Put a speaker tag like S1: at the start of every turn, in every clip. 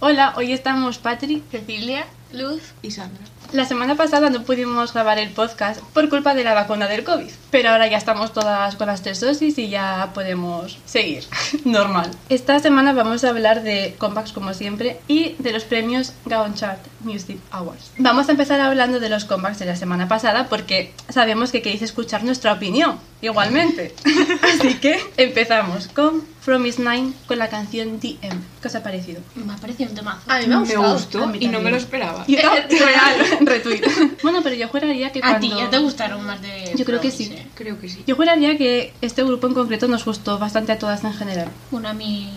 S1: Hola, hoy estamos Patrick,
S2: Cecilia, Luz y Sandra.
S1: La semana pasada no pudimos grabar el podcast por culpa de la vacuna del COVID, pero ahora ya estamos todas con las tres dosis y ya podemos seguir. Normal. Esta semana vamos a hablar de comebacks como siempre y de los premios Gaon Chart Music Awards. Vamos a empezar hablando de los comebacks de la semana pasada porque sabemos que queréis escuchar nuestra opinión igualmente. Así que empezamos con From Is Nine con la canción DM. ¿Qué os ha parecido?
S2: Me ha parecido un temazo. Mm.
S3: A mí me,
S1: Me gustó, a
S3: gustó
S1: mí
S3: y no
S1: también.
S3: me lo esperaba.
S1: Yo
S2: Real.
S1: retweet. Bueno, pero yo juraría que cuando...
S2: A ti ya te gustaron más de.
S1: Yo creo que
S2: Promis,
S1: sí.
S2: eh.
S3: Creo que sí.
S1: Yo juraría que este grupo en concreto nos gustó bastante a todas en general.
S2: Bueno, a mí.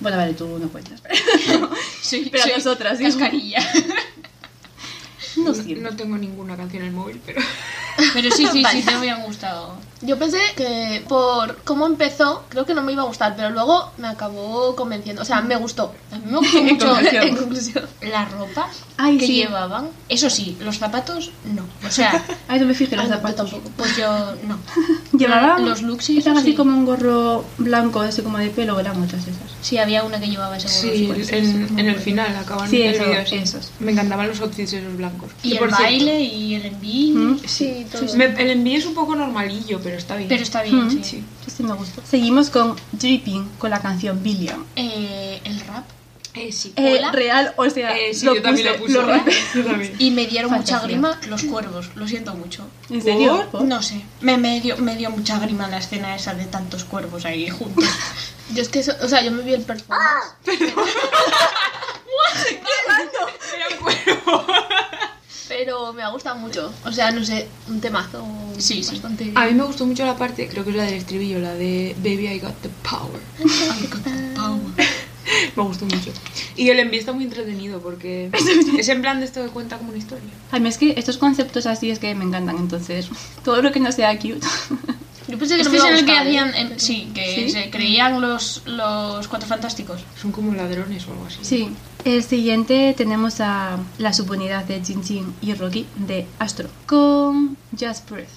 S1: Bueno, vale, tú no cuentas.
S2: Sí,
S1: Pero a nosotras, digo.
S2: Cascarilla.
S1: No
S3: No tengo ninguna canción en el móvil, pero
S2: Pero sí, sí,
S4: Vale.
S2: sí, te habían gustado.
S4: Yo pensé que por cómo empezó, creo que no me iba a gustar, pero luego me acabó convenciendo. O sea, me gustó.
S2: A mí me gustó
S1: En
S2: mucho
S1: conclusión.
S4: En conclusión.
S2: las ropas
S1: Ay,
S2: que
S1: sí.
S2: llevaban. Eso sí, los zapatos no. O sea,
S1: Ay, no me fijé en los
S4: Ay, no, yo
S1: zapatos.
S4: tampoco.
S2: pues yo no.
S1: Llevaba
S2: Los looks y
S1: Estaban
S2: eso
S1: así
S2: sí.
S1: como un gorro blanco, así como de pelo, eran muchas esas.
S2: Sí, había una que llevaba ese gorro
S3: sí,
S2: oscuro.
S3: en, en el final acaban
S1: Sí,
S3: el
S1: eso,
S3: vídeo así.
S1: esos.
S3: Me encantaban los outfits esos blancos.
S2: Y
S3: Que,
S2: el
S3: por cierto,
S2: baile y el envío.
S1: ¿Mm?
S4: Sí, todo.
S3: me- el envío es un poco normalillo, pero está bien.
S2: Pero está bien,
S1: Mm,
S2: sí.
S3: sí.
S1: Este me gustó. Seguimos con Dripping, con la canción Billion.
S2: Eh, el rap.
S3: Eh, sí.
S1: Eh,
S2: Hola.
S1: real, o sea,
S3: Eh, sí,
S1: lo
S3: yo también
S1: puse,
S3: lo puse.
S1: lo
S2: ¿eh?
S1: rapé.
S3: Yo también.
S2: Y me dieron mucha
S1: Fantasía.
S2: grima los cuervos, lo siento mucho.
S1: ¿En serio?
S2: No sé, me, me dio, me dio mucha grima la escena esa de tantos cuervos ahí juntos.
S4: Yo es que, eso- o sea, yo me vi el performance.
S3: Era un cuervo.
S4: Pero me ha gustado mucho. O sea, no sé, un temazo
S2: Sí, sí.
S4: bastante
S3: A mí me gustó mucho la parte, creo que es la del estribillo, la de Baby I Got the Power.
S2: Ay, qué guapa.
S3: Me gustó mucho. Y el envío está muy entretenido porque es en plan de esto que cuenta como una historia.
S1: A mí es que estos conceptos así es que me encantan, entonces todo lo que no sea cute.
S4: Yo pensé que
S2: Este
S4: no me
S2: es
S4: iba a
S2: en el que
S4: gustar, ¿eh?
S2: hacían, en- sí, que
S1: ¿Sí?
S2: se creían los, los cuatro fantásticos.
S3: Son como ladrones o algo así.
S1: Sí. El siguiente tenemos a la subunidad de Jin Jin y Rocky de Astro con Just Breath.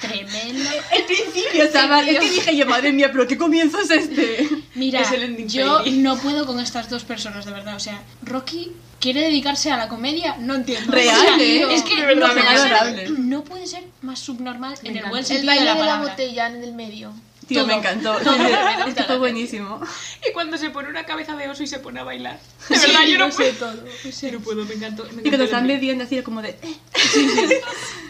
S2: Tremendo.
S1: El principio estaba. Es que dije yo, madre mía, pero qué comienzo es este.
S2: Mira,
S3: Es el ending
S2: yo
S3: peli.
S2: no puedo con estas dos personas, de verdad. O sea, Rocky quiere dedicarse a la comedia, no entiendo.
S1: Real,
S2: O sea,
S1: ¿eh?
S2: Es que
S1: De verdad,
S2: no
S1: me
S2: puede,
S1: adorable.
S2: ser, no puede ser más subnormal en el
S3: encanta.
S2: buen
S4: El
S2: sentido
S4: baile
S2: de
S4: de
S2: la
S4: la,
S2: palabra.
S4: botella en el medio.
S1: Tío,
S2: Todo.
S1: me encantó. Es que fue buenísimo.
S3: Y cuando se pone una cabeza de oso y se pone a bailar. De
S4: Sí,
S2: Ah,
S3: verdad, yo no,
S4: sé
S3: puedo.
S4: todo. Pues, O sea,
S3: Yo no puedo, me encantó. Me
S1: Y
S3: encantó
S1: cuando
S3: el
S1: están
S3: envío.
S1: bebiendo así era como de. eh,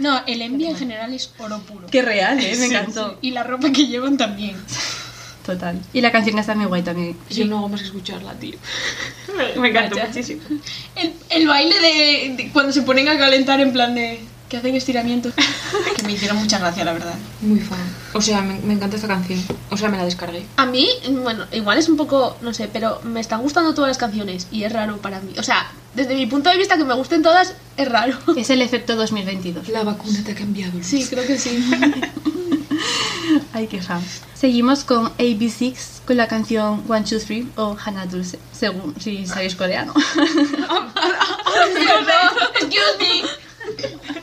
S2: No, el envy en general es oro puro.
S1: qué real, ¿eh? Me encantó.
S2: Y la ropa que llevan también.
S1: Total. Y la canción está muy guay también.
S3: Yo no hago más que escucharla, tío. Me, me encantó
S1: Vaya.
S3: muchísimo.
S2: El, el baile de, de cuando se ponen a calentar en plan de que hacen estiramientos. que me hicieron mucha gracia, la verdad.
S3: Muy fan. O sea, me, me encanta esta canción. O sea, me la descargué.
S4: A mí, bueno, igual es un poco, no sé, pero me están gustando todas las canciones y es raro para mí. O sea, desde mi punto de vista que me gusten todas, es raro.
S1: Es el efecto 2022.
S3: La vacuna te ha cambiado. Luz.
S4: Sí, creo que sí.
S1: Ay, qué ham. Seguimos con AB6 con la canción One, Two, Three o Hana Dulce, según si sabéis coreano.
S2: Excuse me.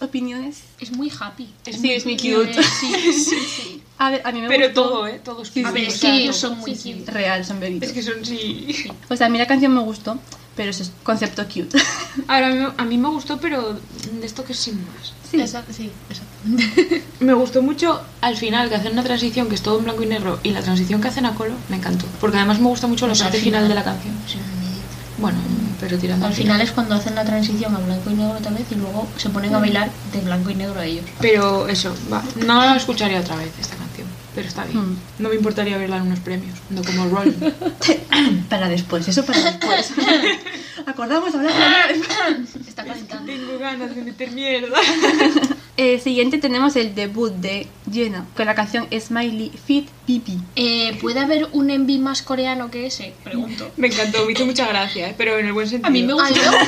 S1: ¿Opiniones?
S2: Es muy happy.
S3: Es
S1: Sí,
S3: muy
S1: es muy
S3: cute.
S1: cute.
S2: Eh, Sí, sí, sí.
S1: A ver, a mí me
S3: Pero
S1: gustó.
S3: todo, ¿eh? Todos
S1: Sí,
S2: A ver, es
S1: sí,
S2: que
S1: claro.
S2: ellos son muy
S4: Sí, sí.
S2: cute.
S1: Real, son bebitos.
S3: Es que son sí.
S1: O sea, a mí la canción me gustó, pero eso es concepto cute.
S3: Ahora, a mí, a mí me gustó, pero de esto que es sin más.
S1: Sí.
S4: Esa- sí, esa.
S3: Me gustó mucho al final que hacen una transición que es todo en blanco y negro y la transición que hacen a color me encantó. Porque además me gusta mucho la
S2: Pues al
S3: parte final de
S2: final.
S3: la canción. Bueno, pero tirando
S2: Al final es cuando hacen la transición a blanco y negro otra vez y luego se ponen a
S4: Mm.
S2: bailar de blanco y negro a ellos.
S3: Pero eso, va. No la escucharía otra vez esta canción. Pero está bien.
S1: Hmm.
S3: No me importaría verla en unos premios. No como Rolling.
S1: Para después, eso para después. Acordamos hablar de hablar.
S4: Está calentando.
S3: Tengo ganas de meter mierda.
S1: Eh, siguiente tenemos el debut de Jenna con la canción Smiley Fit Pipi.
S2: Eh, ¿Puede haber un envy más coreano que ese? Pregunto.
S3: Me encantó, me hizo mucha gracia, ¿eh? pero en el buen sentido.
S2: A mí me
S4: Ay, me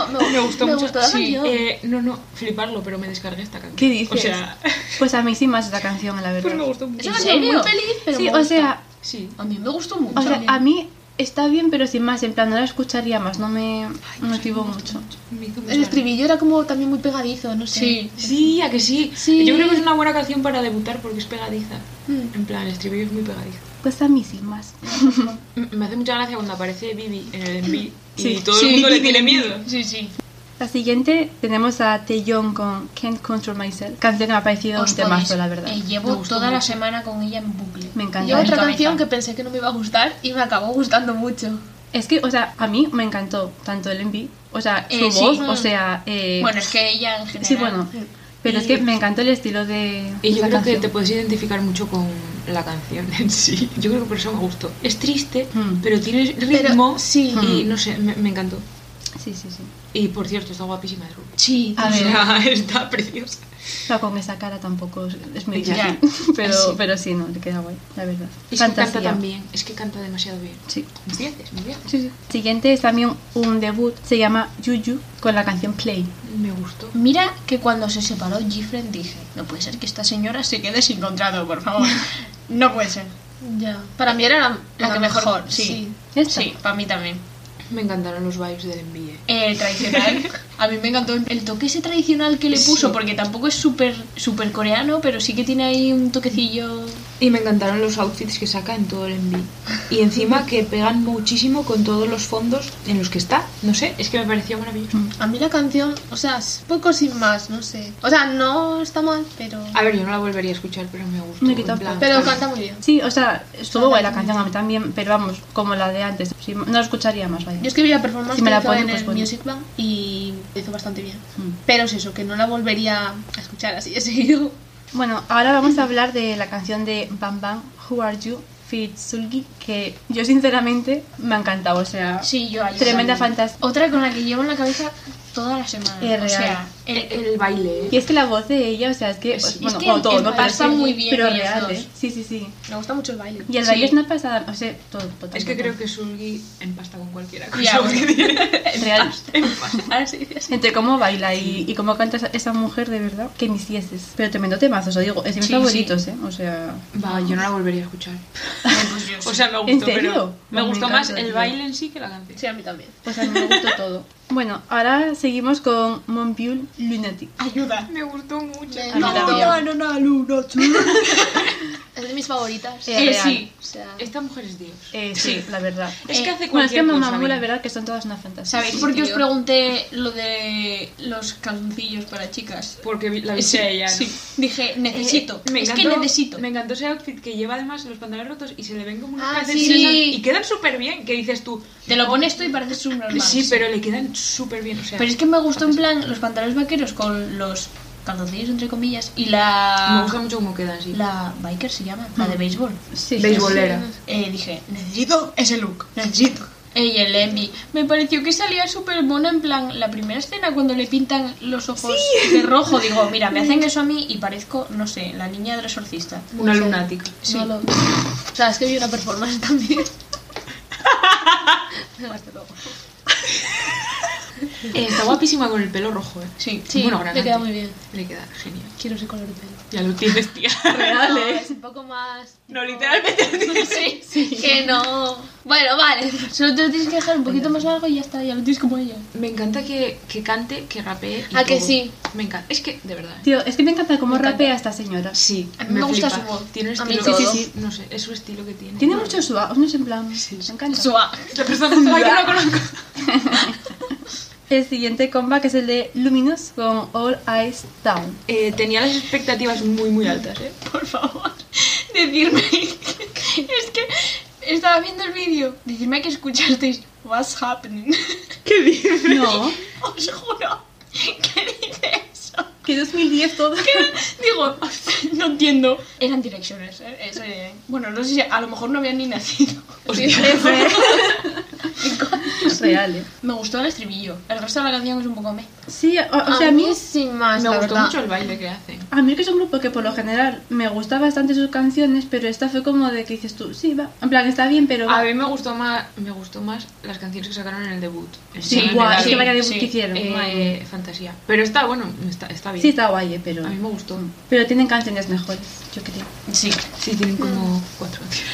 S4: gustó. Me,
S3: Me gustó
S4: me
S3: mucho.
S4: gustó la
S2: Sí,
S4: canción.
S3: Eh, no, no, fliparlo, pero me descargué esta canción.
S1: ¿Qué dices?
S3: O sea,
S1: Pues a mí sí más esta canción, a la verdad.
S3: pues me gustó
S4: Esa
S3: mucho.
S4: canción es
S2: serio?
S4: muy feliz, pero
S1: sí,
S4: me
S1: o
S4: gusta.
S1: sea,
S3: Sí.
S2: A mí me gustó mucho.
S1: o sea,
S2: Bien.
S1: a mí está bien, pero sin más, en plan no la escucharía más, no me motivó mucho.
S3: Me hizo mucha
S4: El estribillo era como también muy pegadizo, no sé.
S2: Sí.
S3: gracia. Sí, a que sí.
S4: Sí.
S3: Yo creo que es una buena canción para debutar porque es pegadiza.
S4: Mm.
S3: En plan, el estribillo es muy pegadizo.
S1: Cosas mísimas.
S3: M- Me hace mucha gracia cuando aparece Bibi en el MV y
S1: Sí.
S3: todo
S5: Sí,
S3: el mundo
S5: Bibi
S3: le tiene
S5: en
S3: miedo.
S5: Sí, sí.
S1: La siguiente tenemos a Taeyong con Can't Control Myself. Canción que me ha parecido un
S2: Os podéis-
S1: temazo, la verdad.
S2: eh,
S3: Me
S2: llevo
S3: gustó
S2: toda la
S3: mucho.
S2: semana con ella en bucle.
S1: Me encanta.
S4: Yo
S2: En
S4: otra
S2: cabeza.
S4: canción que pensé que no me iba a gustar y me acabó gustando mucho.
S1: Es que, o sea, a mí me encantó tanto el MV, o sea, su
S2: Eh, sí.
S1: voz, o sea... eh,
S2: Bueno, es que ella en general.
S1: sí, bueno. Pero es que me encantó el estilo de...
S3: Y
S1: de
S3: yo
S1: la
S3: creo que
S1: canción.
S3: te puedes identificar mucho con la canción en sí. Yo creo que por eso me gustó. Es triste,
S1: Mm.
S3: pero tiene
S4: Pero-
S3: ritmo
S4: sí.
S3: y
S1: Mm.
S3: no sé, me, me encantó.
S1: Sí, sí, sí.
S3: Y por cierto, está guapísima de rubia.
S4: Sí.
S1: A ver,
S3: O sea, está preciosa.
S1: no, con esa cara tampoco es, es muy
S3: Ya.
S1: difícil. Pero, pero sí, no, le queda guay, la verdad.
S3: Es que
S1: Fantasía.
S3: canta también, es que canta demasiado bien.
S1: Sí.
S3: Muy bien, muy bien.
S1: Sí, sí. Siguiente es también un debut, se llama Juju, con la canción Play.
S3: Me gustó.
S2: Mira que cuando se separó Gifren dije: No puede ser que esta señora se quede sin contrato, por favor. no puede ser.
S4: Ya. Para mí era la,
S2: La,
S4: la
S2: que mejor, sí.
S1: ¿Esta?
S2: Sí, para mí también.
S3: Me encantaron los vibes del E. envíe.
S2: El tradicional. A mí me encantó el toque ese tradicional que le puso,
S3: Sí.
S2: porque tampoco es súper super coreano, pero sí que tiene ahí un toquecillo.
S3: Y me encantaron los outfits que saca en todo el envíe. Y encima que pegan muchísimo con todos los fondos en los que está. No sé, es que me pareció maravilloso.
S1: Mm.
S4: A mí la canción, o sea, es poco sin más, no sé. O sea, no está mal, pero.
S3: A ver, yo no la volvería a escuchar, pero me gustó.
S1: No,
S3: en
S1: que tampoco.
S3: plan,
S4: Pero
S3: ¿sabes?
S4: canta muy bien.
S1: Sí, o sea, estuvo guay la canción a mí también, pero vamos, como la de antes, sí, no la escucharía más, vaya.
S4: Yo es que vi la performance
S1: Si me
S4: que
S1: la
S4: hizo
S1: pone,
S4: en
S1: pues
S4: el
S1: pone.
S4: Music Bank y lo hizo bastante bien.
S1: Mm.
S4: Pero es eso, que no la volvería a escuchar así de seguido.
S1: Bueno, ahora vamos a hablar de la canción de Bam Bam, Who Are You, Fit Sulgi, que yo sinceramente me ha encantado, o sea,
S2: Sí, yo ahí
S1: tremenda
S2: también.
S1: fantasía.
S2: Otra con la que llevo en la cabeza toda la semana.
S1: Es
S2: O
S1: real.
S2: sea, el-
S3: El, el baile. ¿eh?
S1: Y es que la voz de ella, o sea, es que,
S3: Sí.
S1: bueno,
S2: Es que
S1: como todo,
S2: el
S1: no
S2: baile
S1: pasa
S2: está
S1: muy
S2: muy bien
S1: pero
S2: ellos
S1: real,
S2: dos.
S1: ¿eh? Sí, sí, sí.
S4: Me gusta mucho el baile.
S1: Y el
S2: Sí.
S1: baile es una pasada, o sea, todo. todo,
S3: Es que
S1: todo.
S3: creo que Sulgi empasta con cualquiera cosa.
S2: Ya, bueno.
S3: porque tiene-
S1: Real.
S4: Ahora sí dice así.
S1: Entre cómo baila y, y cómo canta esa, esa mujer, de verdad, que me hicieses. Pero tremendo temazo, o sea, digo, es de mis
S3: Sí,
S1: favoritos, ¿eh? O sea...
S3: Va, yo no la volvería a escuchar.
S2: pues yo
S3: O sea, me gustó,
S1: ¿En serio?
S3: pero me
S1: Me
S3: gustó
S1: encanta,
S3: más el
S1: tío.
S3: baile en sí que la canción.
S4: Sí, a mí también.
S1: Pues a mí me gustó todo. Bueno, ahora seguimos con Monbiul Lunatic.
S2: ayuda.
S3: Me gustó mucho.
S1: mí
S4: No,
S1: también.
S4: no, no, Luna, chula. es de mis favoritas.
S1: Eh, real.
S3: sí.
S4: O sea,
S3: Esta mujer es Dios.
S1: Eh, sí, la verdad.
S3: Es que hace
S1: Bueno, es que
S3: cualquier cosa.
S1: Mamamoo,
S3: bien.
S1: la verdad, que son todas una fantasía.
S2: ¿Sabéis
S4: Sí,
S2: por qué os
S4: tío.
S2: pregunté lo de los calzoncillos para chicas?
S3: Porque vi- la viste a ella, ¿no?
S2: Sí. Dije, necesito.
S3: Eh, me
S2: es que
S3: encantó-
S2: necesito.
S3: Me encantó ese outfit que lleva además los pantalones rotos y se le ven como unas
S4: Ah,
S3: calcetas
S4: sí.
S3: esas- y quedan súper bien. Que dices tú,
S2: Te lo pones tú y pareces subnormal.
S3: sí, pero le quedan súper bien. O sea,
S2: Pero es que me gustó en plan los pantalones vaqueros con los calzoncillos, entre comillas, y la...
S4: Ah.
S3: me gusta Mm. mucho cómo quedan así.
S2: La biker se llama, la de béisbol.
S1: Sí, sí,
S3: Beisbolera.
S2: Eh, dije, necesito ese look, necesito. Y el Envy. Me pareció que salía súper mona en plan la primera escena cuando le pintan los ojos de rojo. Digo, mira, me hacen eso a mí y parezco, no sé, la niña del exorcista.
S3: Una lunática.
S2: Sí.
S4: no lo- O sea, es que vi una performance también. Hasta luego.
S3: Eh, está guapísima con el pelo rojo, ¿eh?
S2: Sí.
S4: Sí,
S3: Bueno,
S4: le
S3: granate.
S4: queda muy bien.
S3: Le queda genial.
S4: Quiero ese color de pelo.
S3: Ya lo tienes, tía.
S1: Real,
S4: No,
S1: ¿eh?
S4: es un poco más.
S3: No, literalmente.
S4: Sí, Que no. Bueno, vale.
S2: Solo te lo tienes que dejar un poquito más largo y ya está, ya lo tienes como ella.
S3: Me encanta que, que cante, que rapee. y
S4: ¿A Ah, que
S3: todo.
S4: sí?
S3: Me encanta. Es que, de verdad. ¿eh?
S1: Tío, es que me encanta cómo
S4: Me encanta.
S1: rapea esta señora.
S3: Sí.
S4: A mí me gusta
S3: flipa.
S4: su voz.
S3: Tiene un
S4: A mí
S3: estilo.
S4: todo.
S3: Sí, sí, sí. No sé, es su estilo que tiene.
S1: Tiene mucho suave, no sé, en plan,
S3: Sí.
S1: me encanta.
S2: Suá.
S3: La persona Ay, que no conozco.
S1: El siguiente comeback es el de Luminous con All Eyes Down.
S3: Eh, tenía las expectativas muy, muy altas, ¿eh?
S2: por favor, decirme. es que estaba viendo el vídeo. Decirme que escuchasteis What's Happening.
S3: ¿Qué dices?
S1: No,
S2: Os juro que dice eso.
S1: que 2010 todo.
S2: Digo, no entiendo. Eran direcciones, ¿eh? Eso, eh, Bueno, no sé si a lo mejor no habían ni nacido.
S1: Real, ¿eh?
S2: Me gustó el estribillo. El resto de la canción es un poco me.
S1: Sí, o, o sea, a mí,
S4: sin más,
S3: Me
S4: la
S3: gustó
S4: verdad.
S3: mucho el baile que hacen.
S1: a mí que es un grupo que por lo general me gusta bastante sus canciones, pero esta fue como de que dices tú, sí, va. En plan, está bien, pero va.
S3: A mí me gustó más, me gustó más las canciones que sacaron en el debut. El
S1: Sí,
S3: single
S1: guau,
S3: de
S1: es que
S3: Darwin.
S1: vaya debut
S2: sí,
S1: que hicieron. madre mía.
S3: Eh, fantasía. Pero está bueno, está, está bien.
S1: Sí, está guay, eh, pero.
S3: A mí me gustó.
S1: Pero tienen canciones mejores, yo creo.
S2: Sí.
S1: Mm.
S3: Sí, tienen como cuatro canciones.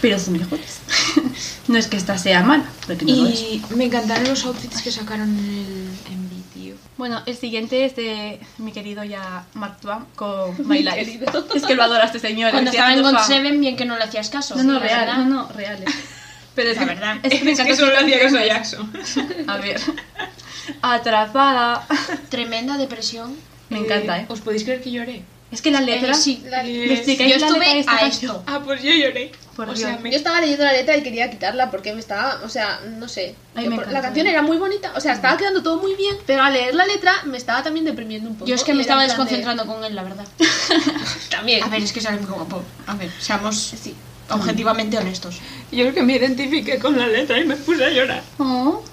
S1: Pero son mejores. no es que esta sea mala, porque no lo es.
S3: Y me encantaron los outfits que sacaron en el MV, tío.
S1: Bueno, el siguiente es de mi querido ya Mark Twain con My Life. Es que lo adora este señor.
S2: Cuando
S1: estoy
S2: estaba en
S1: haciendo
S2: God
S1: fan.
S2: Seven, bien que no le hacías caso.
S1: No, no,
S2: la
S1: real,
S2: verdad.
S1: no, no, real. Pero es
S2: La
S1: que-
S2: verdad.
S1: Es que me
S5: Es que
S1: encanta
S5: solo le
S1: ese
S5: hacía caso a
S1: tema.
S5: Jackson.
S1: A ver. Atrapada.
S2: Tremenda depresión.
S1: Me encanta,
S3: Eh,
S1: ¿eh?
S3: ¿Os podéis creer que lloré?
S1: Es que la letra.
S2: Eh, sí.
S1: ¿Me explicáis
S2: Yo
S1: la letra de
S2: estuve
S1: esta
S2: a
S1: canción?
S2: esto.
S5: Ah, pues yo lloré.
S1: Por
S5: o
S1: Dios.
S5: sea, me-
S4: Yo estaba leyendo la letra y quería quitarla porque me estaba, o sea, no sé.
S1: Ay,
S4: Yo
S1: me
S4: por- la
S1: encanta.
S4: canción era muy bonita, o sea, estaba quedando todo muy bien, pero al leer la letra me estaba también deprimiendo un poco.
S2: Yo es que me
S4: Y era
S2: estaba
S4: en plan de-
S2: desconcentrando con él, la verdad.
S4: También.
S5: A ver, es que sale muy guapo. A ver, seamos
S4: Sí.
S5: objetivamente honestos.
S3: Yo creo que me identifiqué con la letra y me puse a llorar.
S1: Oh.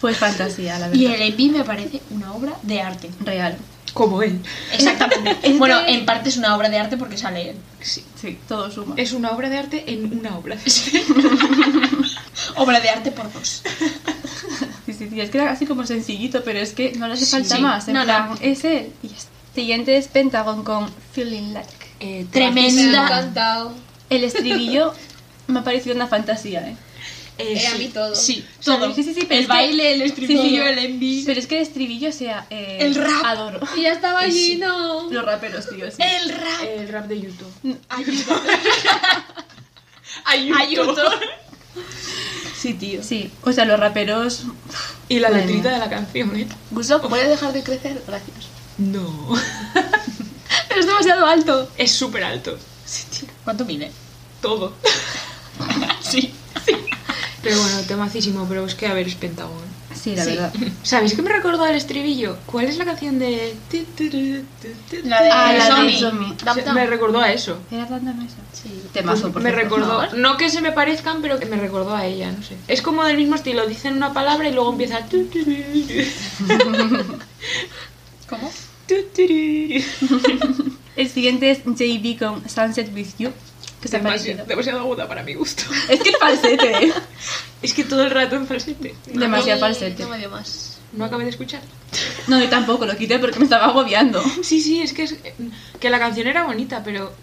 S1: Pues fantasía, la
S2: Y
S1: verdad.
S2: el EPI me parece una obra de arte.
S1: Real.
S3: Como él.
S2: Exactamente.
S1: que-
S2: bueno, en parte es una obra de arte porque sale él.
S1: Sí, todo suma.
S3: Es una obra de arte en una obra.
S2: Obra de arte por dos.
S1: Sí, sí, sí, es que era así como sencillito, pero es que no le hace
S2: Sí,
S1: falta
S2: sí.
S1: más. En
S2: No, no.
S1: plan, es él. Y ya está. Siguiente es Pentagon con Feeling Like.
S3: Eh,
S4: Me
S2: Tremenda.
S4: ha encantado.
S1: El estribillo me ha parecido una fantasía, ¿eh?
S3: eh,
S4: Eh, a
S3: sí.
S4: mí todo.
S2: Sí,
S1: sea,
S2: todo.
S1: sí, sí, sí, pero
S2: el
S1: es que-
S2: baile, el estribillo,
S1: sí, sí.
S2: el envi.
S1: Pero es que el estribillo, o sea, eh,
S2: El rap.
S1: adoro.
S4: Y ya estaba allí, no.
S1: Los raperos, tío, sí.
S2: El rap.
S3: El rap de YouTube.
S5: Ayuto.
S3: Sí, tío.
S1: Sí, o sea, los raperos.
S3: Y la
S1: Madre
S3: letrita
S1: mía.
S3: de la canción, ¿eh?
S4: Gusto, ¿puedes dejar de crecer? Gracias.
S3: No.
S4: Pero es demasiado alto.
S3: Es súper alto.
S2: ¿Cuánto mide?
S3: Todo.
S2: Sí.
S3: Pero bueno, temacísimo, pero es que a ver, es Pentagón.
S1: Sí, la
S2: Sí.
S1: verdad.
S3: ¿Sabéis qué me recordó el estribillo? ¿Cuál es la canción de.? Tu, tu, tu, tu, tu?
S2: La de
S1: Ah, la
S2: Zombie.
S1: de Zombie.
S3: O sea, Me recordó a eso.
S1: Era tanta mesa.
S4: Sí.
S1: Temazo, por
S3: me
S1: cierto.
S3: recordó. No, que se me parezcan, pero que me recordó a ella, no sé. Es como del mismo estilo, dicen una palabra y luego empieza. tu, tu, tu, tu,
S2: ¿Cómo?
S3: tu, tu.
S1: El siguiente es JB con Sunset with You. Que se ha parecido.
S3: Demasiado, demasiado aguda para mi gusto.
S1: Es que es falsete, ¿eh?
S3: Es que todo el rato en falsete. No,
S1: Demasiado
S4: Y
S1: falsete.
S4: No me dio más.
S3: no acabé de escuchar.
S1: No, yo tampoco lo quité porque me estaba agobiando.
S3: Sí, sí, es que, es que la canción era bonita, pero.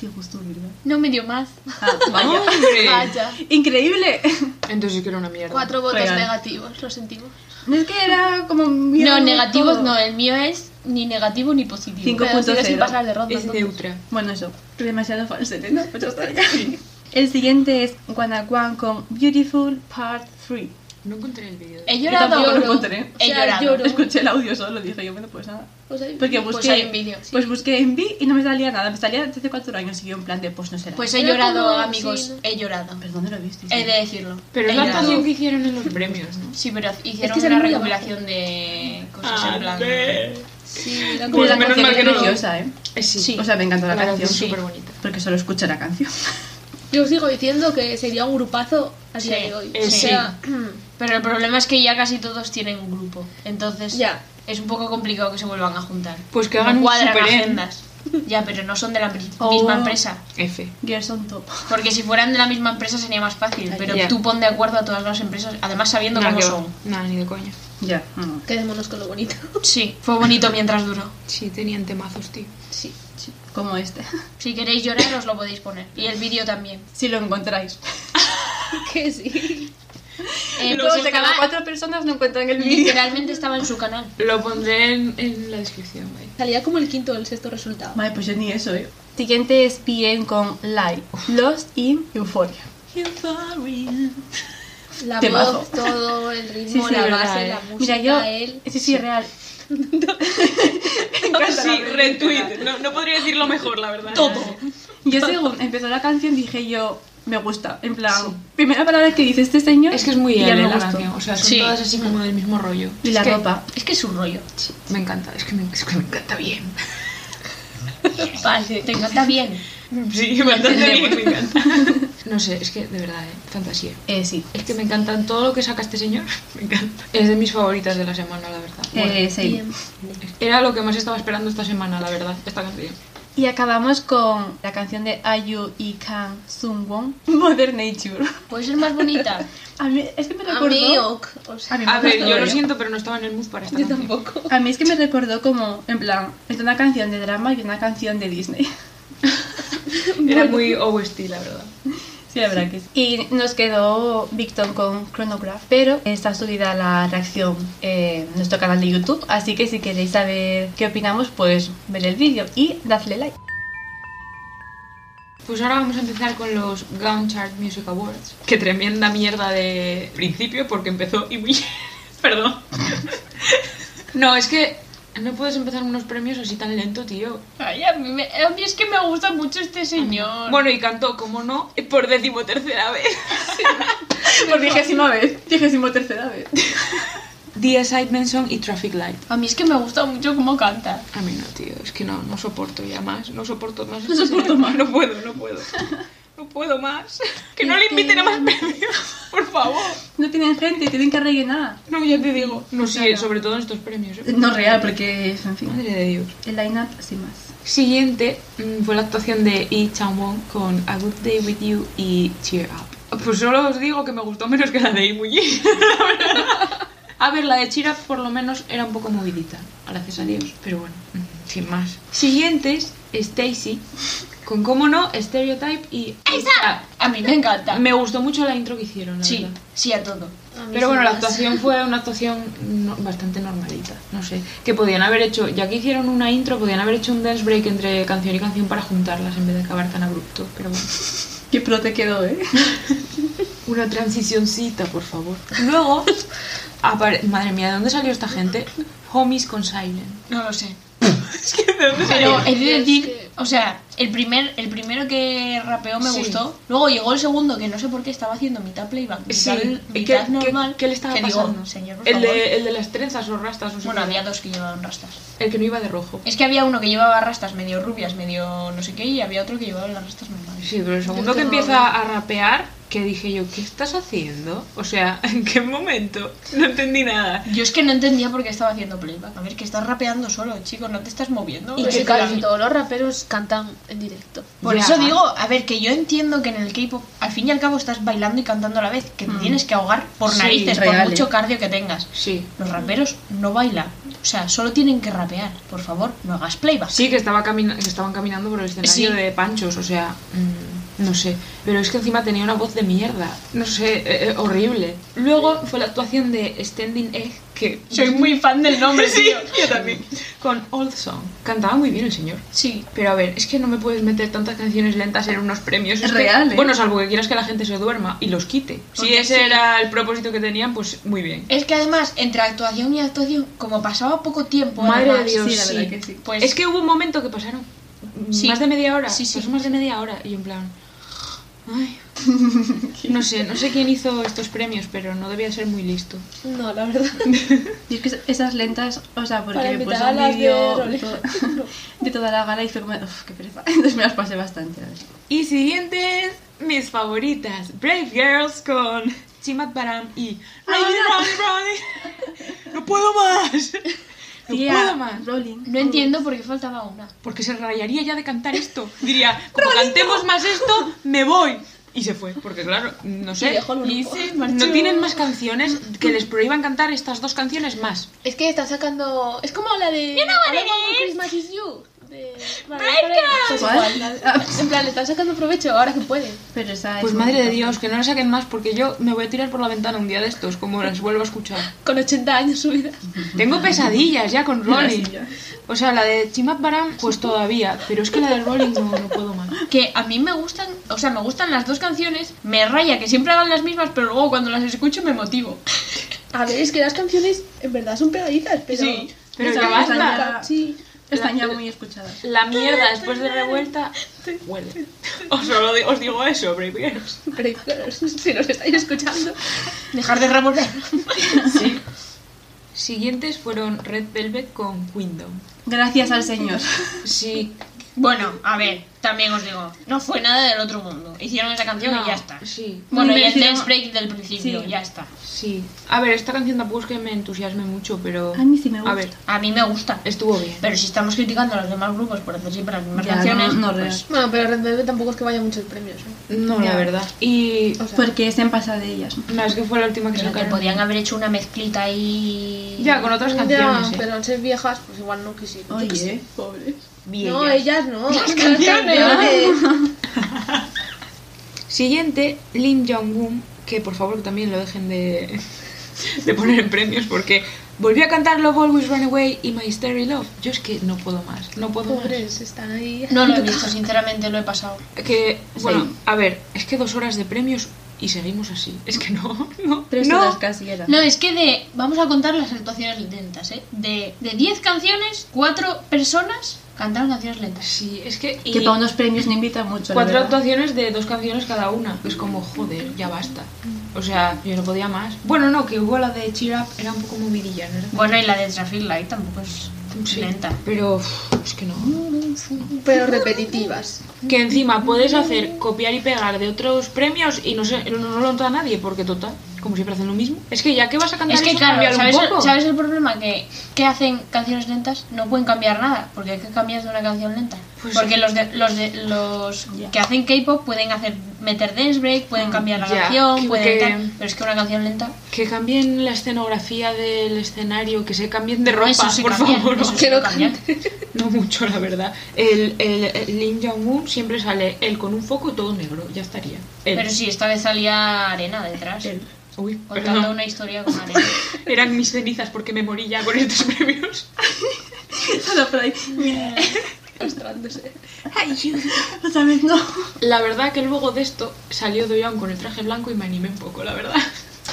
S1: Qué gusto, ¿verdad?
S2: No me dio más.
S1: Ah, vaya.
S3: ¡Hombre!
S4: Vaya.
S1: ¡Increíble!
S3: Entonces sí que era una mierda.
S4: Ah, Cuatro votos
S1: Real.
S4: negativos, lo sentimos.
S1: No es que era como. mierda,
S2: No, negativos
S1: todo.
S2: no. El mío es ni negativo ni positivo.
S1: Cinco.
S4: Pero ha sido
S1: 5.0.
S4: sin pasar de ronda.
S3: Es
S4: entonces.
S3: neutra.
S1: Bueno, eso. Demasiado falsete, ¿no? Pero está bien. El siguiente es Guanajuan con Beautiful Part 3.
S3: No encontré el vídeo.
S2: He
S1: Yo
S2: llorado.
S1: tampoco lo
S4: lloro.
S1: encontré.
S2: He
S4: O sea,
S2: llorado.
S4: lloro.
S1: Escuché el audio solo, dije yo, bueno, pues nada.
S4: Pues ahí-
S1: Porque
S2: Pues
S1: busqué.
S2: hay un vídeo, sí.
S1: pues busqué en B y no me salía nada. Me salía desde cuatro años y yo en plan de, pues no será.
S2: Pues he
S4: Pero
S2: llorado,
S4: como-
S2: amigos.
S4: sí, no.
S2: He llorado.
S1: ¿Pero dónde lo visteis?
S2: He Eh, de decirlo.
S3: Pero
S2: He
S3: es la
S2: llorado.
S3: canción que hicieron en los premios, ¿no?
S2: Sí, pero hicieron
S1: Es que
S2: una
S1: sale muy
S2: recopilación de cosas
S3: Ah,
S2: en plan.
S5: Ande.
S2: Sí, era
S1: Pero
S4: Pues
S2: como-
S1: la
S5: menos
S1: canción
S5: mal que
S1: es
S5: no lo-
S1: preciosa, ¿eh?
S3: Eh, sí.
S2: Sí.
S1: O sea, me encanta la,
S3: La canción
S1: canción.
S3: es
S2: sí.
S3: súper bonita.
S1: Porque solo escucho la canción.
S4: Yo sigo diciendo que sería un grupazo a día
S2: Sí,
S4: de hoy.
S3: eh,
S4: o
S2: sí.
S4: sea,
S2: Pero el problema es que ya casi todos tienen un grupo. Entonces
S4: Ya.
S2: es un poco complicado que se vuelvan a juntar.
S3: Pues que hagan
S2: no
S3: un
S2: cuadran
S3: super end.
S2: agendas. Ya, pero no son de la mi-
S1: Oh.
S2: misma empresa.
S3: F.
S1: Girls on top.
S2: Porque si fueran de la misma empresa sería más fácil. Pero
S3: Ya.
S2: tú pon de acuerdo a todas las empresas, además sabiendo
S3: Nada,
S2: cómo
S3: que va.
S2: son.
S3: Nada, ni de coña.
S1: Ya. mm.
S4: quedémonos con lo bonito.
S2: Sí, fue bonito mientras duró.
S3: Sí, tenían temazos, tío.
S2: Sí.
S1: Sí, Como este.
S2: Si queréis llorar os lo podéis poner. Y el vídeo también.
S1: Si lo encontráis.
S4: que sí.
S2: Eh,
S1: Luego,
S2: pues
S1: de cada
S2: estaba-
S1: cuatro personas no encuentran el vídeo.
S2: literalmente estaba en su canal.
S3: Lo pondré en, en la descripción, vaya.
S4: Salía como el quinto o el sexto resultado.
S1: Vale, pues yo ni eso, ¿eh? Siguiente es bien con Lie, Lost in Euphoria.
S4: La
S1: Temazo.
S4: voz, todo, el
S1: Sí,
S4: ritmo,
S1: sí,
S4: la
S1: verdad,
S4: base,
S3: eh.
S4: la
S1: Mira,
S4: música,
S1: yo.
S4: él.
S1: Sí, sí, real.
S3: Sí, retweet. No, no podría decirlo mejor, la verdad.
S2: Todo.
S1: Yo, según empezó la canción, dije yo, me gusta. En plan, primera palabra que dice este señor.
S3: Es que es muy
S1: y ya
S3: él, ¿eh?
S1: me
S3: la
S1: gustó.
S3: canción. O sea, son
S2: Sí.
S3: todas así como del mismo rollo.
S1: Y la
S2: Es que-
S1: ropa.
S2: Es que es un rollo.
S3: Me encanta, es que me, es que me encanta bien.
S2: Vale, te encanta bien.
S3: Sí, bastante bien, me encanta. No sé, es que de verdad, eh, fantasía.
S1: Eh, sí.
S3: Es que me encantan todo lo que saca este señor. Me encanta. Es de mis favoritas de la semana, la verdad.
S1: Eh, sí.
S4: Bien.
S3: Era lo que más estaba esperando esta semana, la verdad, esta canción.
S1: Y acabamos con la canción de Ayu y Kang Sungwon, Mother Nature.
S2: Puede ser más bonita.
S1: A mí oh. es que me
S4: A
S1: recordó.
S4: mí, ok. O sea,
S1: A mí me
S3: A ver, yo lo
S1: recordó.
S3: siento, pero no estaba en el mood para esta
S4: yo
S3: canción.
S4: tampoco.
S1: A mí es que me recordó como, en plan, entre una canción de drama y una canción de Disney.
S3: Era muy OST, la verdad.
S1: Sí, la verdad que sí. Y nos quedó Victon con Chronograph, pero está subida la reacción en nuestro canal de YouTube, así que si queréis saber qué opinamos, pues ver el vídeo y dadle like.
S3: Pues ahora vamos a empezar con los Gaon Chart Music Awards. Qué tremenda mierda de principio porque empezó y muy... Perdón. no, es que no puedes empezar unos premios así tan lento, tío.
S2: Ay, a mí, me- a mí es que me gusta mucho este señor.
S3: Bueno, y cantó, como no, por decimotercera vez.
S1: Por vigésima vez, vigésimo tercera vez.
S3: The Excitement Song y Traffic Light.
S2: A mí es que me gusta mucho cómo canta.
S3: A mí no, tío, es que no, no soporto ya más, no soporto más. este
S1: No soporto más.
S3: No puedo, no puedo. No puedo más. Que no le inviten a más premios, por favor.
S1: No tienen gente, tienen que rellenar.
S3: No, ya te digo. No, sí, sobre todo en estos premios. ¿eh?
S1: No real, porque, en fin,
S3: Madre de Dios.
S1: el line-up sin más.
S3: Siguiente mm, fue la actuación de Yi Chang-won con A Good Day With You y Cheer Up. Pues solo os digo que me gustó menos que la de Imuji, la verdad. A ver, la de Cheer Up por lo menos era un poco movidita, gracias a Dios, pero bueno, mm, sin más. Siguientes, Stacy, con cómo no, Stereotype y Aisa.
S2: A mí me encanta.
S3: Me gustó mucho la intro que hicieron, la
S2: Sí,
S3: verdad.
S2: sí a todo.
S4: A mí
S3: Pero bueno,
S4: sí
S3: la
S4: más.
S3: actuación fue una actuación no- bastante normalita, no sé. Que podían haber hecho, ya que hicieron una intro, podían haber hecho un dance break entre canción y canción para juntarlas en vez de acabar tan abrupto. Pero bueno,
S1: Qué pro te quedó, ¿eh?
S3: una transicioncita, por favor. Luego, apare- madre mía, ¿de dónde salió esta gente? Homies con Silent.
S2: No lo sé.
S4: salió?
S2: Pero he de
S4: Es
S2: decir,
S4: que-
S2: o sea, el, primer, el primero que rapeó me
S3: Sí.
S2: gustó. Luego llegó el segundo que no sé por qué estaba haciendo mitad playback, mitad, mitad normal.
S3: ¿Qué le estaba
S2: que digo,
S3: pasando?
S2: señor, por
S3: el,
S2: favor.
S3: de, el de las trenzas o rastas. O sea,
S2: Bueno, había dos que llevaban rastas.
S3: El que no iba de rojo.
S2: Es que había uno que llevaba rastas medio rubias, medio no sé qué, y había otro que llevaba las rastas normales.
S3: Sí, pero el segundo que empieza a rapear, que dije yo, ¿qué estás haciendo? O sea, ¿en qué momento? No entendí nada.
S2: Yo es que no entendía por qué estaba haciendo playback. A ver, que estás rapeando solo, chico, no te estás moviendo.
S4: Y
S2: Es
S4: que
S2: en
S4: casi
S2: plan-
S4: todos los raperos cantan en directo.
S2: Por
S3: Ya.
S2: eso digo, a ver, que yo entiendo que en el K-pop al fin y al cabo estás bailando y cantando a la vez, que te tienes que ahogar por
S3: Mm. Sí,
S2: narices, por
S1: real, eh.
S2: mucho cardio que tengas.
S3: Sí.
S2: Los raperos no bailan, o sea, solo tienen que rapear. Por favor, no hagas playback.
S3: Sí, que, estaba camina- que estaban caminando por el escenario
S2: Sí.
S3: de panchos, o sea, mm, no sé. Pero es que encima tenía una voz de mierda. No sé, eh, eh, horrible. Luego fue la actuación de Standing Egg, que
S2: Soy muy fan del nombre, tío.
S3: yo también. Con Old Song. Cantaba muy bien el señor.
S2: Sí.
S3: Pero a ver, es que no me puedes meter tantas canciones lentas en unos premios.
S1: Es
S3: que-
S1: real, ¿eh?
S3: Bueno, salvo que quieras que la gente se duerma y los quite. Si
S2: Porque
S3: ese
S2: sí. Eh,
S3: era el propósito que tenían, pues muy bien.
S2: Es que además, entre actuación y actuación, como pasaba poco tiempo,
S3: Madre de
S2: además,
S3: Dios,
S1: sí, la verdad
S3: sí.
S1: que sí.
S2: Pues
S3: Es que hubo un momento que pasaron mm,
S2: Sí.
S3: más de media hora.
S2: Sí, sí.
S3: Pasó más de media hora y yo en plan. Ay. No sé, no sé quién hizo estos premios, pero no debía ser muy listo.
S4: No, la verdad.
S1: Y es que esas lentas, o sea, porque
S4: Para
S1: me
S4: invitar
S1: puse
S4: a
S1: un
S4: las de
S1: vídeo
S4: Rolling
S1: to- de toda la gala y fue como, uff, qué pereza. Entonces me las pasé bastante. la verdad.
S3: Y siguientes, mis favoritas: Brave Girls con Chimat Baram y.
S2: Ah,
S1: Ay,
S3: Ronnie,
S1: no.
S3: Ronnie, Ronnie. ¡No puedo más! ¡No
S1: Tía,
S3: puedo más!
S1: Rolling.
S2: no entiendo por qué faltaba una.
S3: Porque se rayaría ya de cantar esto. Diría, como cantemos más esto, me voy. Y se fue, porque claro, no sé.
S4: Y dejó el
S3: y
S4: grupo.
S3: se marchó. no tienen más canciones que les prohíban cantar estas dos canciones más.
S4: Es que están sacando. Es como la de. All I Want for Christmas is You. De... Pues
S1: ¿Cuál?
S4: igual, la- En plan, le están sacando provecho ahora que pueden.
S1: Pero esa es
S3: Pues madre de
S1: bonita.
S3: Dios, que no la saquen más, porque yo me voy a tirar por la ventana un día de estos, como las vuelvo a escuchar.
S4: Con 80 años su vida.
S3: Tengo pesadillas ya con Rolling.
S1: Ya.
S3: O sea, la de Chimat Baram, pues todavía, pero es que la de Rolling no, no puedo más.
S2: Que a mí me gustan, o sea, me gustan las dos canciones. Me raya que siempre hagan las mismas, pero luego cuando las escucho me motivo.
S4: A ver, es que las canciones en verdad son pegadizas, pero.
S2: Sí,
S3: pero
S1: Esa
S3: ya
S1: es la
S3: basta.
S1: única-
S4: Sí.
S1: Están ya muy escuchadas.
S3: La mierda después de revuelta huele. Os, solo di- os digo eso, Brave Girls.
S4: Pero, claro, si nos estáis escuchando.
S2: Dejar de revolver.
S3: Sí. Siguientes fueron Red Velvet con Window.
S1: Gracias al señor.
S3: Sí.
S2: Bueno, a ver, también os digo, no fue nada del otro mundo. Hicieron esa canción
S3: No,
S2: y ya está.
S3: Sí,
S2: Bueno, y el
S1: Invención.
S2: dance break del principio,
S1: Sí.
S2: ya está.
S3: sí. A ver, esta canción tampoco es que me entusiasme mucho, pero...
S1: A mí sí me gusta.
S3: A ver,
S2: A mí me gusta.
S3: estuvo bien.
S2: Pero si estamos criticando a los demás grupos por hacer siempre las mismas
S1: Ya,
S2: canciones,
S1: no, no,
S2: pues,
S4: Bueno, pero Red Velvet tampoco es que vaya muchos premios. ¿eh?
S3: No,
S1: Ya.
S3: la verdad. Y...
S4: O sea,
S1: Porque es en pasa de ellas.
S3: No, es que fue la última que
S2: pero que
S3: sacaron.
S2: podían haber hecho una mezclita ahí.
S3: Ya, con otras
S4: ya,
S3: canciones. eh.
S4: pero al ser viejas, pues igual no quisieron. Yo qué sé.
S1: Oye, pobres.
S3: Bien,
S4: No,
S3: ya.
S4: ellas no. Las
S2: canciones.
S4: canciones.
S3: Siguiente, Lim Jong-un, que por favor también lo dejen de, de poner en premios porque volvió a cantar Love Always Run Away y My Starry Love. Yo es que no puedo más, no puedo más.
S4: Pobres, están ahí.
S2: No lo he visto, sinceramente lo he pasado.
S3: Que, bueno, a ver, es que dos horas de premios y seguimos así. Es que no, no.
S1: Tres
S3: no.
S1: horas casi era.
S2: No, es que de. Vamos a contar las actuaciones lentas, ¿eh? De de 10 canciones, 4 personas cantaron canciones lentas.
S3: Sí, es que. y
S1: Que para unos premios no invita mucho. la
S3: cuatro
S1: verdad.
S3: actuaciones de dos canciones cada una. Es como, joder, ya basta. O sea, yo no podía más. Bueno, no, que hubo la de Cheer Up, era un poco movidilla, ¿no? Era-
S2: Bueno, y la de Traffic Light tampoco es
S3: Sí,
S2: lenta.
S3: Pero uf, es que no.
S4: Pero repetitivas.
S3: Que encima puedes hacer copiar y pegar de otros premios y no, se, no, no lo nota nadie, porque total, como siempre hacen lo mismo. Es que ya que vas a cantar
S2: Es que
S3: eso,
S2: claro,
S3: cámbialo
S2: ¿sabes,
S3: un poco.
S2: ¿sabes el problema? Que, que hacen canciones lentas, no pueden cambiar nada, porque ¿qué cambias de una canción lenta?
S3: Pues
S2: porque
S3: sí.
S2: los de- los de- los
S1: Ya.
S2: que hacen K-pop pueden hacer meter dance break, pueden cambiar la
S3: Ah, ya,
S2: canción,
S3: que-
S2: pueden
S3: que-
S2: tal, pero es que una canción lenta
S3: Que cambien la escenografía del escenario, que se cambien de
S2: No,
S3: ropa,
S2: eso sí
S3: por
S2: cambian,
S3: favor.
S2: eso sí
S4: Que lo
S2: cambian.
S3: No mucho, la verdad. El, el, el Lim Jong-un siempre sale él con un foco y todo negro, ya estaría. Él.
S2: Pero sí, esta vez salía arena detrás.
S3: Uy,
S2: Contando
S3: perdón.
S2: una historia con arena.
S3: Eran mis cenizas porque me morí ya con estos premios.
S1: Solo por ahí. Mira, arrastrándose. Otra vez no.
S3: La verdad que luego de esto salió Doyon con el traje blanco y me animé un poco, la verdad.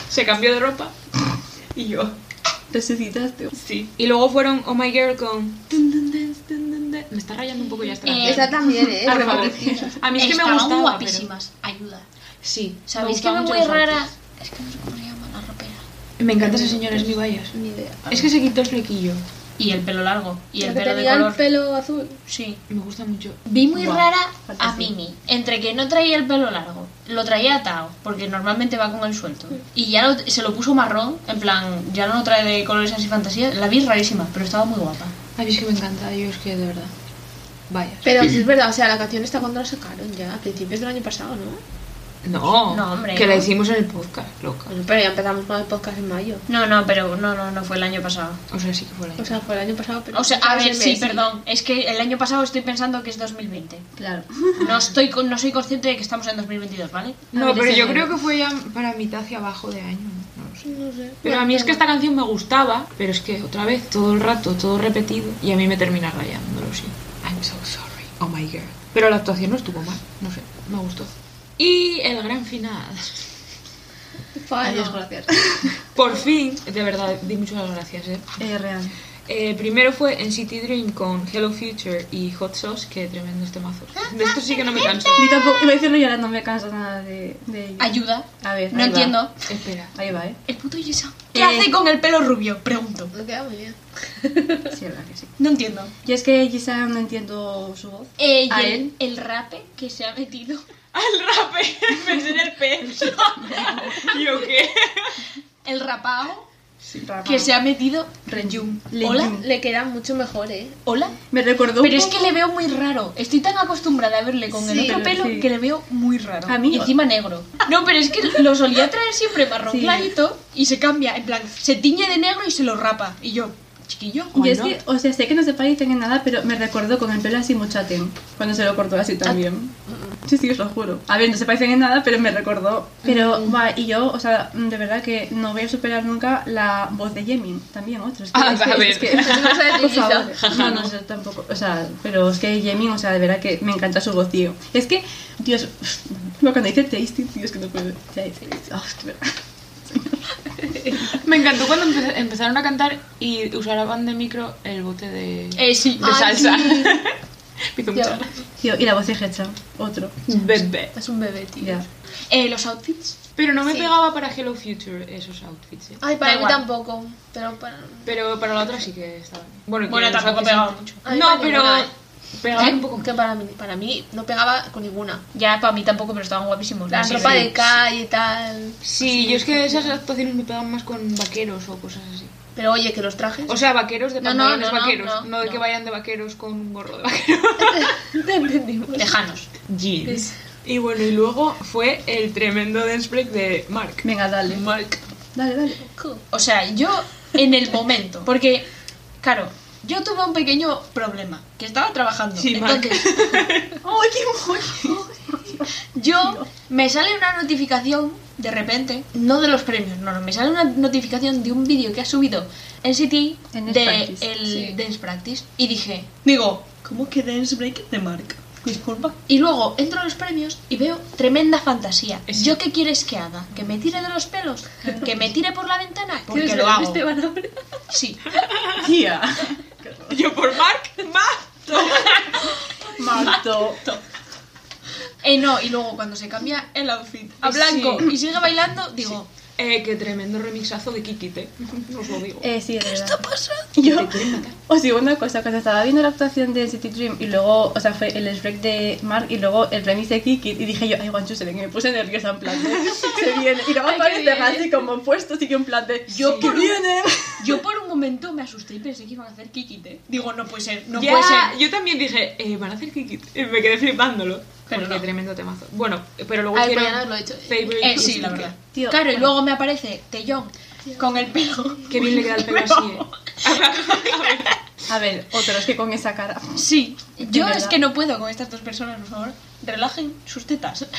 S3: Se cambió de ropa y yo,
S1: Resucitaste.
S3: sí. Y luego fueron Oh My Girl con... tun, tun, tun, tun, tun, tun. Me está rayando un poco ya esta
S2: Eh,
S3: canción.
S4: Esa también, ¿eh?
S3: Ah, por favor.
S4: repetitiva.
S3: A mí es que me
S2: Estaban
S3: gustaba, pero-
S2: guapísimas, ayuda.
S3: Sí. me
S2: ¿Sabéis que
S3: gustaban
S2: me
S3: mucho
S2: muy
S3: los
S2: rara?
S3: outfits.
S2: Es que no sé cómo se llama la ropera.
S3: Me encanta ese señor, es mi vallas.
S4: Ni idea.
S3: Es que se quitó el flequillo.
S2: Y el pelo largo. Y el
S4: La que
S2: pelo de
S4: tenía
S2: color.
S4: el pelo azul.
S2: Sí.
S3: Me gusta mucho.
S2: Vi muy
S1: Buah,
S2: rara
S1: falta
S2: a
S1: sí.
S2: Mimi. Entre que no traía el pelo largo, lo traía atado, porque normalmente va con el suelto. Y ya lo- se lo puso marrón, en plan, ya no lo trae de colores así fantasía. La vi rarísima, pero estaba muy guapa.
S3: A mí es que me encanta, yo es que de verdad. Vallas.
S4: Pero sí es verdad, o sea, la canción está cuando la sacaron ya, a principios del año pasado, ¿no?
S3: No,
S2: No, hombre,
S3: que la
S2: no.
S3: hicimos en el podcast, loca.
S4: Bueno, pero ya empezamos con el podcast en mayo.
S2: No, no, pero no, no, no fue el año pasado.
S3: O sea, sí que fue la
S4: O sea, fue el año pasado, pero.
S2: O sea, a ver,
S4: ese
S2: sí,
S4: mes,
S2: perdón. Es que el año pasado estoy pensando que es 2020.
S1: Claro.
S2: No estoy con- no soy consciente de que estamos en 2022, ¿vale?
S3: No, pero yo creo que fue ya para mitad hacia abajo de año. No lo sé.
S4: No sé.
S3: Pero a mí es que esta canción me gustaba, pero es que otra vez, todo el rato, todo repetido, y a mí me termina rayando, lo siento. I'm so sorry, oh my girl. Pero la actuación no estuvo mal, no sé, me gustó. Y el gran final.
S4: Ay,
S1: Adiós,
S4: no.
S1: gracias.
S3: Por fin, de verdad, di muchas gracias, eh.
S1: Eh, real.
S3: Eh, primero fue en City Dream con Hello Future y Hot Sauce, que tremendos temazos. De esto sí que no me canso.
S1: Yo tampoco, iba a decirlo y ahora no me canso nada de, de ello.
S2: Ayuda.
S1: A ver,
S2: No
S1: ahí va.
S2: entiendo.
S3: Espera.
S1: Ahí va, ¿eh?
S2: El puto Yesa.
S1: Eh.
S2: ¿Qué hace con el pelo rubio? Pregunto.
S4: No queda muy bien.
S1: Sí, es verdad que sí.
S2: No entiendo.
S1: Y es que quizá no entiendo su voz.
S2: Eh, y
S1: ¿A
S2: el,
S1: él?
S2: el rape que se ha metido.
S3: Al rape, me enseña el pez. ¿Yo qué?
S2: El rapao
S1: Rafa.
S2: que se ha metido.
S1: Renjun.
S2: Hola.
S1: Lenjun.
S4: Le queda mucho mejor, ¿eh?
S2: Hola.
S1: Me recordó un
S2: Pero es
S1: poco-
S2: que le veo muy raro. Estoy tan acostumbrada a verle con el
S1: Sí,
S2: otro
S1: pero
S2: pelo
S1: sí.
S2: que le veo muy raro.
S1: A mí
S2: y
S1: no.
S2: encima negro. No, pero es que lo solía traer siempre marrón
S1: Sí.
S2: clarito y se cambia. En plan, se tiñe de negro y se lo rapa. Y yo, chiquillo.
S1: Y
S2: why
S1: es
S2: not?
S1: que, o sea, sé que no se parecen en nada, pero me recordó con el pelo así mucho a Tem, cuando se lo cortó así también. Sí, sí, os lo juro. A ver, no se parecen en nada, pero me recordó. Pero, va, y yo, o sea, mm, de verdad que no voy a superar nunca la voz de Yemin, también otros.
S3: Ah,
S1: es que,
S3: a ver.
S1: Es que, es que-
S4: No sé
S1: por
S4: decir
S1: favor.
S4: eso.
S1: No, no, yo tampoco. O sea, pero es que Yemin, o sea, de verdad que me encanta su voz, tío. Es que, Dios, cuando dice tasty, tío, es que no puedo. Ya, es- oh, es que verdad.
S3: Me encantó cuando empe- empezaron a cantar y usaban de micro el bote de,
S2: Eh, sí.
S3: de salsa. Me hizo mucha gracia.
S1: Tío, y la voz de Hecha, otro.
S3: Bebé.
S4: Es un bebé, tío.
S1: Ya.
S2: Eh, los outfits.
S3: Pero no me pegaba para Hello Future esos outfits. eh.
S4: Ay, para
S2: Da
S4: mí
S2: igual.
S4: tampoco. Pero para.
S3: Pero para la otra sí que estaba bien. Bueno, y que
S2: Bueno,
S3: los
S2: tampoco
S3: outfits-
S2: pegaba mucho.
S4: Ay,
S3: No,
S4: para
S3: pero
S4: ninguna.
S3: pegaba
S2: ¿Eh?
S3: un poco.
S4: Que para mí, para mí no pegaba con ninguna.
S2: Ya, para mí tampoco, pero estaban guapísimos.
S4: La
S2: Sí,
S4: ropa
S2: sí.
S4: de calle y tal.
S3: Sí, yo es que esas actuaciones me pegan más con vaqueros o cosas así.
S4: Pero oye, que los trajes.
S3: O sea, vaqueros de
S2: No, no,
S3: pantalones
S2: no, no,
S3: vaqueros. No,
S2: no,
S3: de
S2: no.
S3: que vayan de vaqueros con un gorro de vaquero.
S4: Te entendimos.
S2: Tejanos.
S3: Jeans. Y bueno, y luego fue el tremendo dance break de Mark.
S1: Venga, dale.
S3: Mark.
S1: Dale, dale.
S2: O sea, yo en el momento. Porque, claro, yo tuve un pequeño problema. Que estaba trabajando.
S3: Sí, Marc.
S2: Entonces,
S1: ¡Ay, qué mono!
S2: Yo me sale una notificación de repente, no de los premios, no, no, me sale una notificación de un vídeo que ha subido NCT
S1: En Dance
S2: de
S1: Practice,
S2: el
S5: sí.
S2: Dance Practice y dije,
S5: Digo, ¿cómo que Dance Break de Mark? Disculpa.
S2: y luego entro a los premios y veo tremenda fantasía.
S3: Es-
S2: ¿Yo qué quieres que haga? ¿Que me tire de los pelos? ¿Que me tire por la ventana? Porque
S4: ¿Quieres
S2: lo
S4: ver a
S2: hago.
S4: Esteban ahora?
S2: este Sí.
S1: Tía.
S3: Yo por Mark, Mark.
S1: Marto.
S2: Eh, no, y luego cuando se cambia
S5: El outfit.
S2: a
S5: Eh,
S2: blanco
S5: sí.
S2: y sigue bailando, digo,
S3: Eh, qué tremendo remixazo de Kikite. Os lo digo.
S1: Eh, sí, de verdad. Yo os digo una cosa, cuando estaba viendo la actuación de City Dream y luego, o sea, fue el break de Mark y luego el remix de Kiki y dije yo, ay, Juan Chusele, que me puse nerviosa en plan de, se viene. Y luego
S2: Ay, qué
S1: aparece
S2: bien.
S1: así como puesto, así que en plan de,
S2: Yo
S1: que
S2: por un-
S1: viene.
S2: Yo por un momento me asusté y pensé que iban a hacer Kikite. Digo, no puede ser, no
S3: ya,
S2: puede ser.
S3: yo también dije, eh, van a hacer Kikite. Eh, me quedé flipándolo.
S2: Pero
S3: porque
S2: no.
S3: tremendo temazo. Bueno, pero luego
S4: Ay,
S3: hicieron
S4: podrían haberlo hecho.
S3: Favorite
S2: Eh, sí, la
S3: Kikite.
S2: verdad.
S1: Tío,
S2: claro, y
S1: bueno.
S2: luego me aparece Taeyong con el pelo.
S3: Qué bien le queda el pelo así, eh.
S1: A ver, otros que con esa cara.
S2: Sí, yo
S1: verdad.
S2: es que no puedo con estas dos personas, por favor. Relajen sus tetas.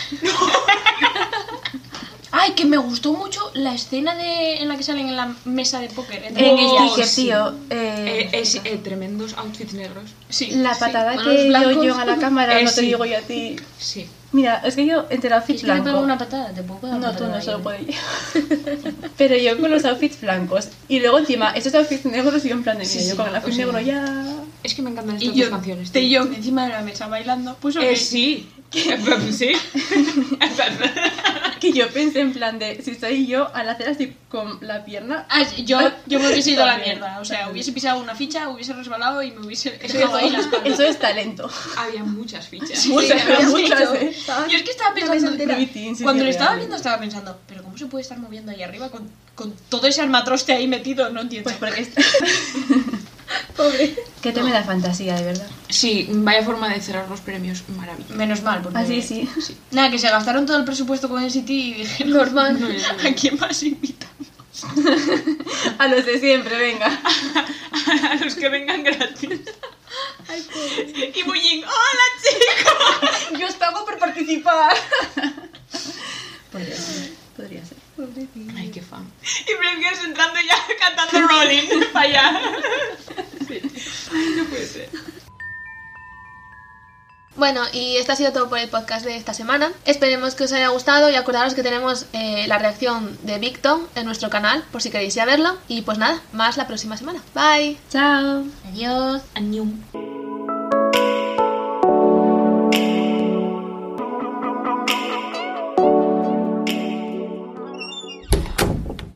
S2: Ay, que me gustó mucho la escena de, en la que salen en la mesa de póker. eh, entre
S1: En
S2: ellas.
S1: el sticker,
S3: sí.
S1: Eh, tío,
S3: Eh,
S1: eh,
S3: es, eh, tremendos outfits negros.
S2: Sí,
S1: la
S2: sí.
S1: patada
S4: con los
S1: que yo
S4: blancos.
S1: yo a la cámara,
S3: Eh,
S1: no te
S3: sí.
S1: digo yo a ti.
S3: Sí.
S1: Mira, es que yo entre el outfit
S4: Es que me
S1: blanco.
S4: pego una patada, te puedo pegar una
S1: No, tú no
S4: patada
S1: solo
S4: ahí.
S1: puedes. Pero yo con los outfits blancos. Y luego encima, estos outfits negros y yo en plan de mira,
S3: Sí, sí,
S1: yo con el outfit
S3: o sea,
S1: negro ya.
S3: Es que me encantan estas
S2: Y
S3: dos
S2: yo,
S3: canciones. tío.
S2: Taeyong encima de la mesa bailando. Pues ok.
S3: Eh, sí. sí.
S1: Que yo pensé en plan de si soy yo al hacer así con la pierna.
S2: Ah, sí, yo, yo me hubiese ido a la
S1: También,
S2: mierda. O sea,
S1: también.
S2: hubiese pisado una ficha, hubiese resbalado y me hubiese dejado ahí las palmas.
S1: Eso es talento.
S3: Había muchas fichas.
S1: Muchas,
S2: me habías
S1: muchas,
S2: dicho.
S1: eh.
S2: Yo es que estaba pensando,
S1: entera. Britin, sí,
S2: cuando
S1: sí,
S2: lo estaba
S1: real.
S2: viendo estaba pensando, pero ¿cómo se puede estar moviendo ahí arriba con, con todo ese armatroste ahí metido? No entiendo.
S1: Pues porque es.
S2: pobre.
S1: Que te me da fantasía, de verdad.
S3: Sí, vaya forma de cerrar los premios. Maravilloso.
S2: Menos mal, porque...
S1: Así Ah, sí.
S2: Nada, que se gastaron todo el presupuesto con NCT y dije,
S4: Normal.
S2: ¿a quién más invita?
S1: A los de siempre, venga.
S3: A los que vengan gratis. y Bullín, ¡hola, chicos!
S1: Yo os pago por participar. Podría ser. Podría ser.
S3: Ay, qué fan. Y premios entrando ya cantando Rolling para allá. Ay, no puede ser.
S4: Bueno, y esto ha sido todo por el podcast de esta semana. Esperemos que os haya gustado y acordaros que tenemos eh, la reacción de Victor en nuestro canal, por si queréis ir a verlo. Y pues nada, más la próxima semana. Bye.
S1: Chao.
S4: Adiós.
S3: Añum.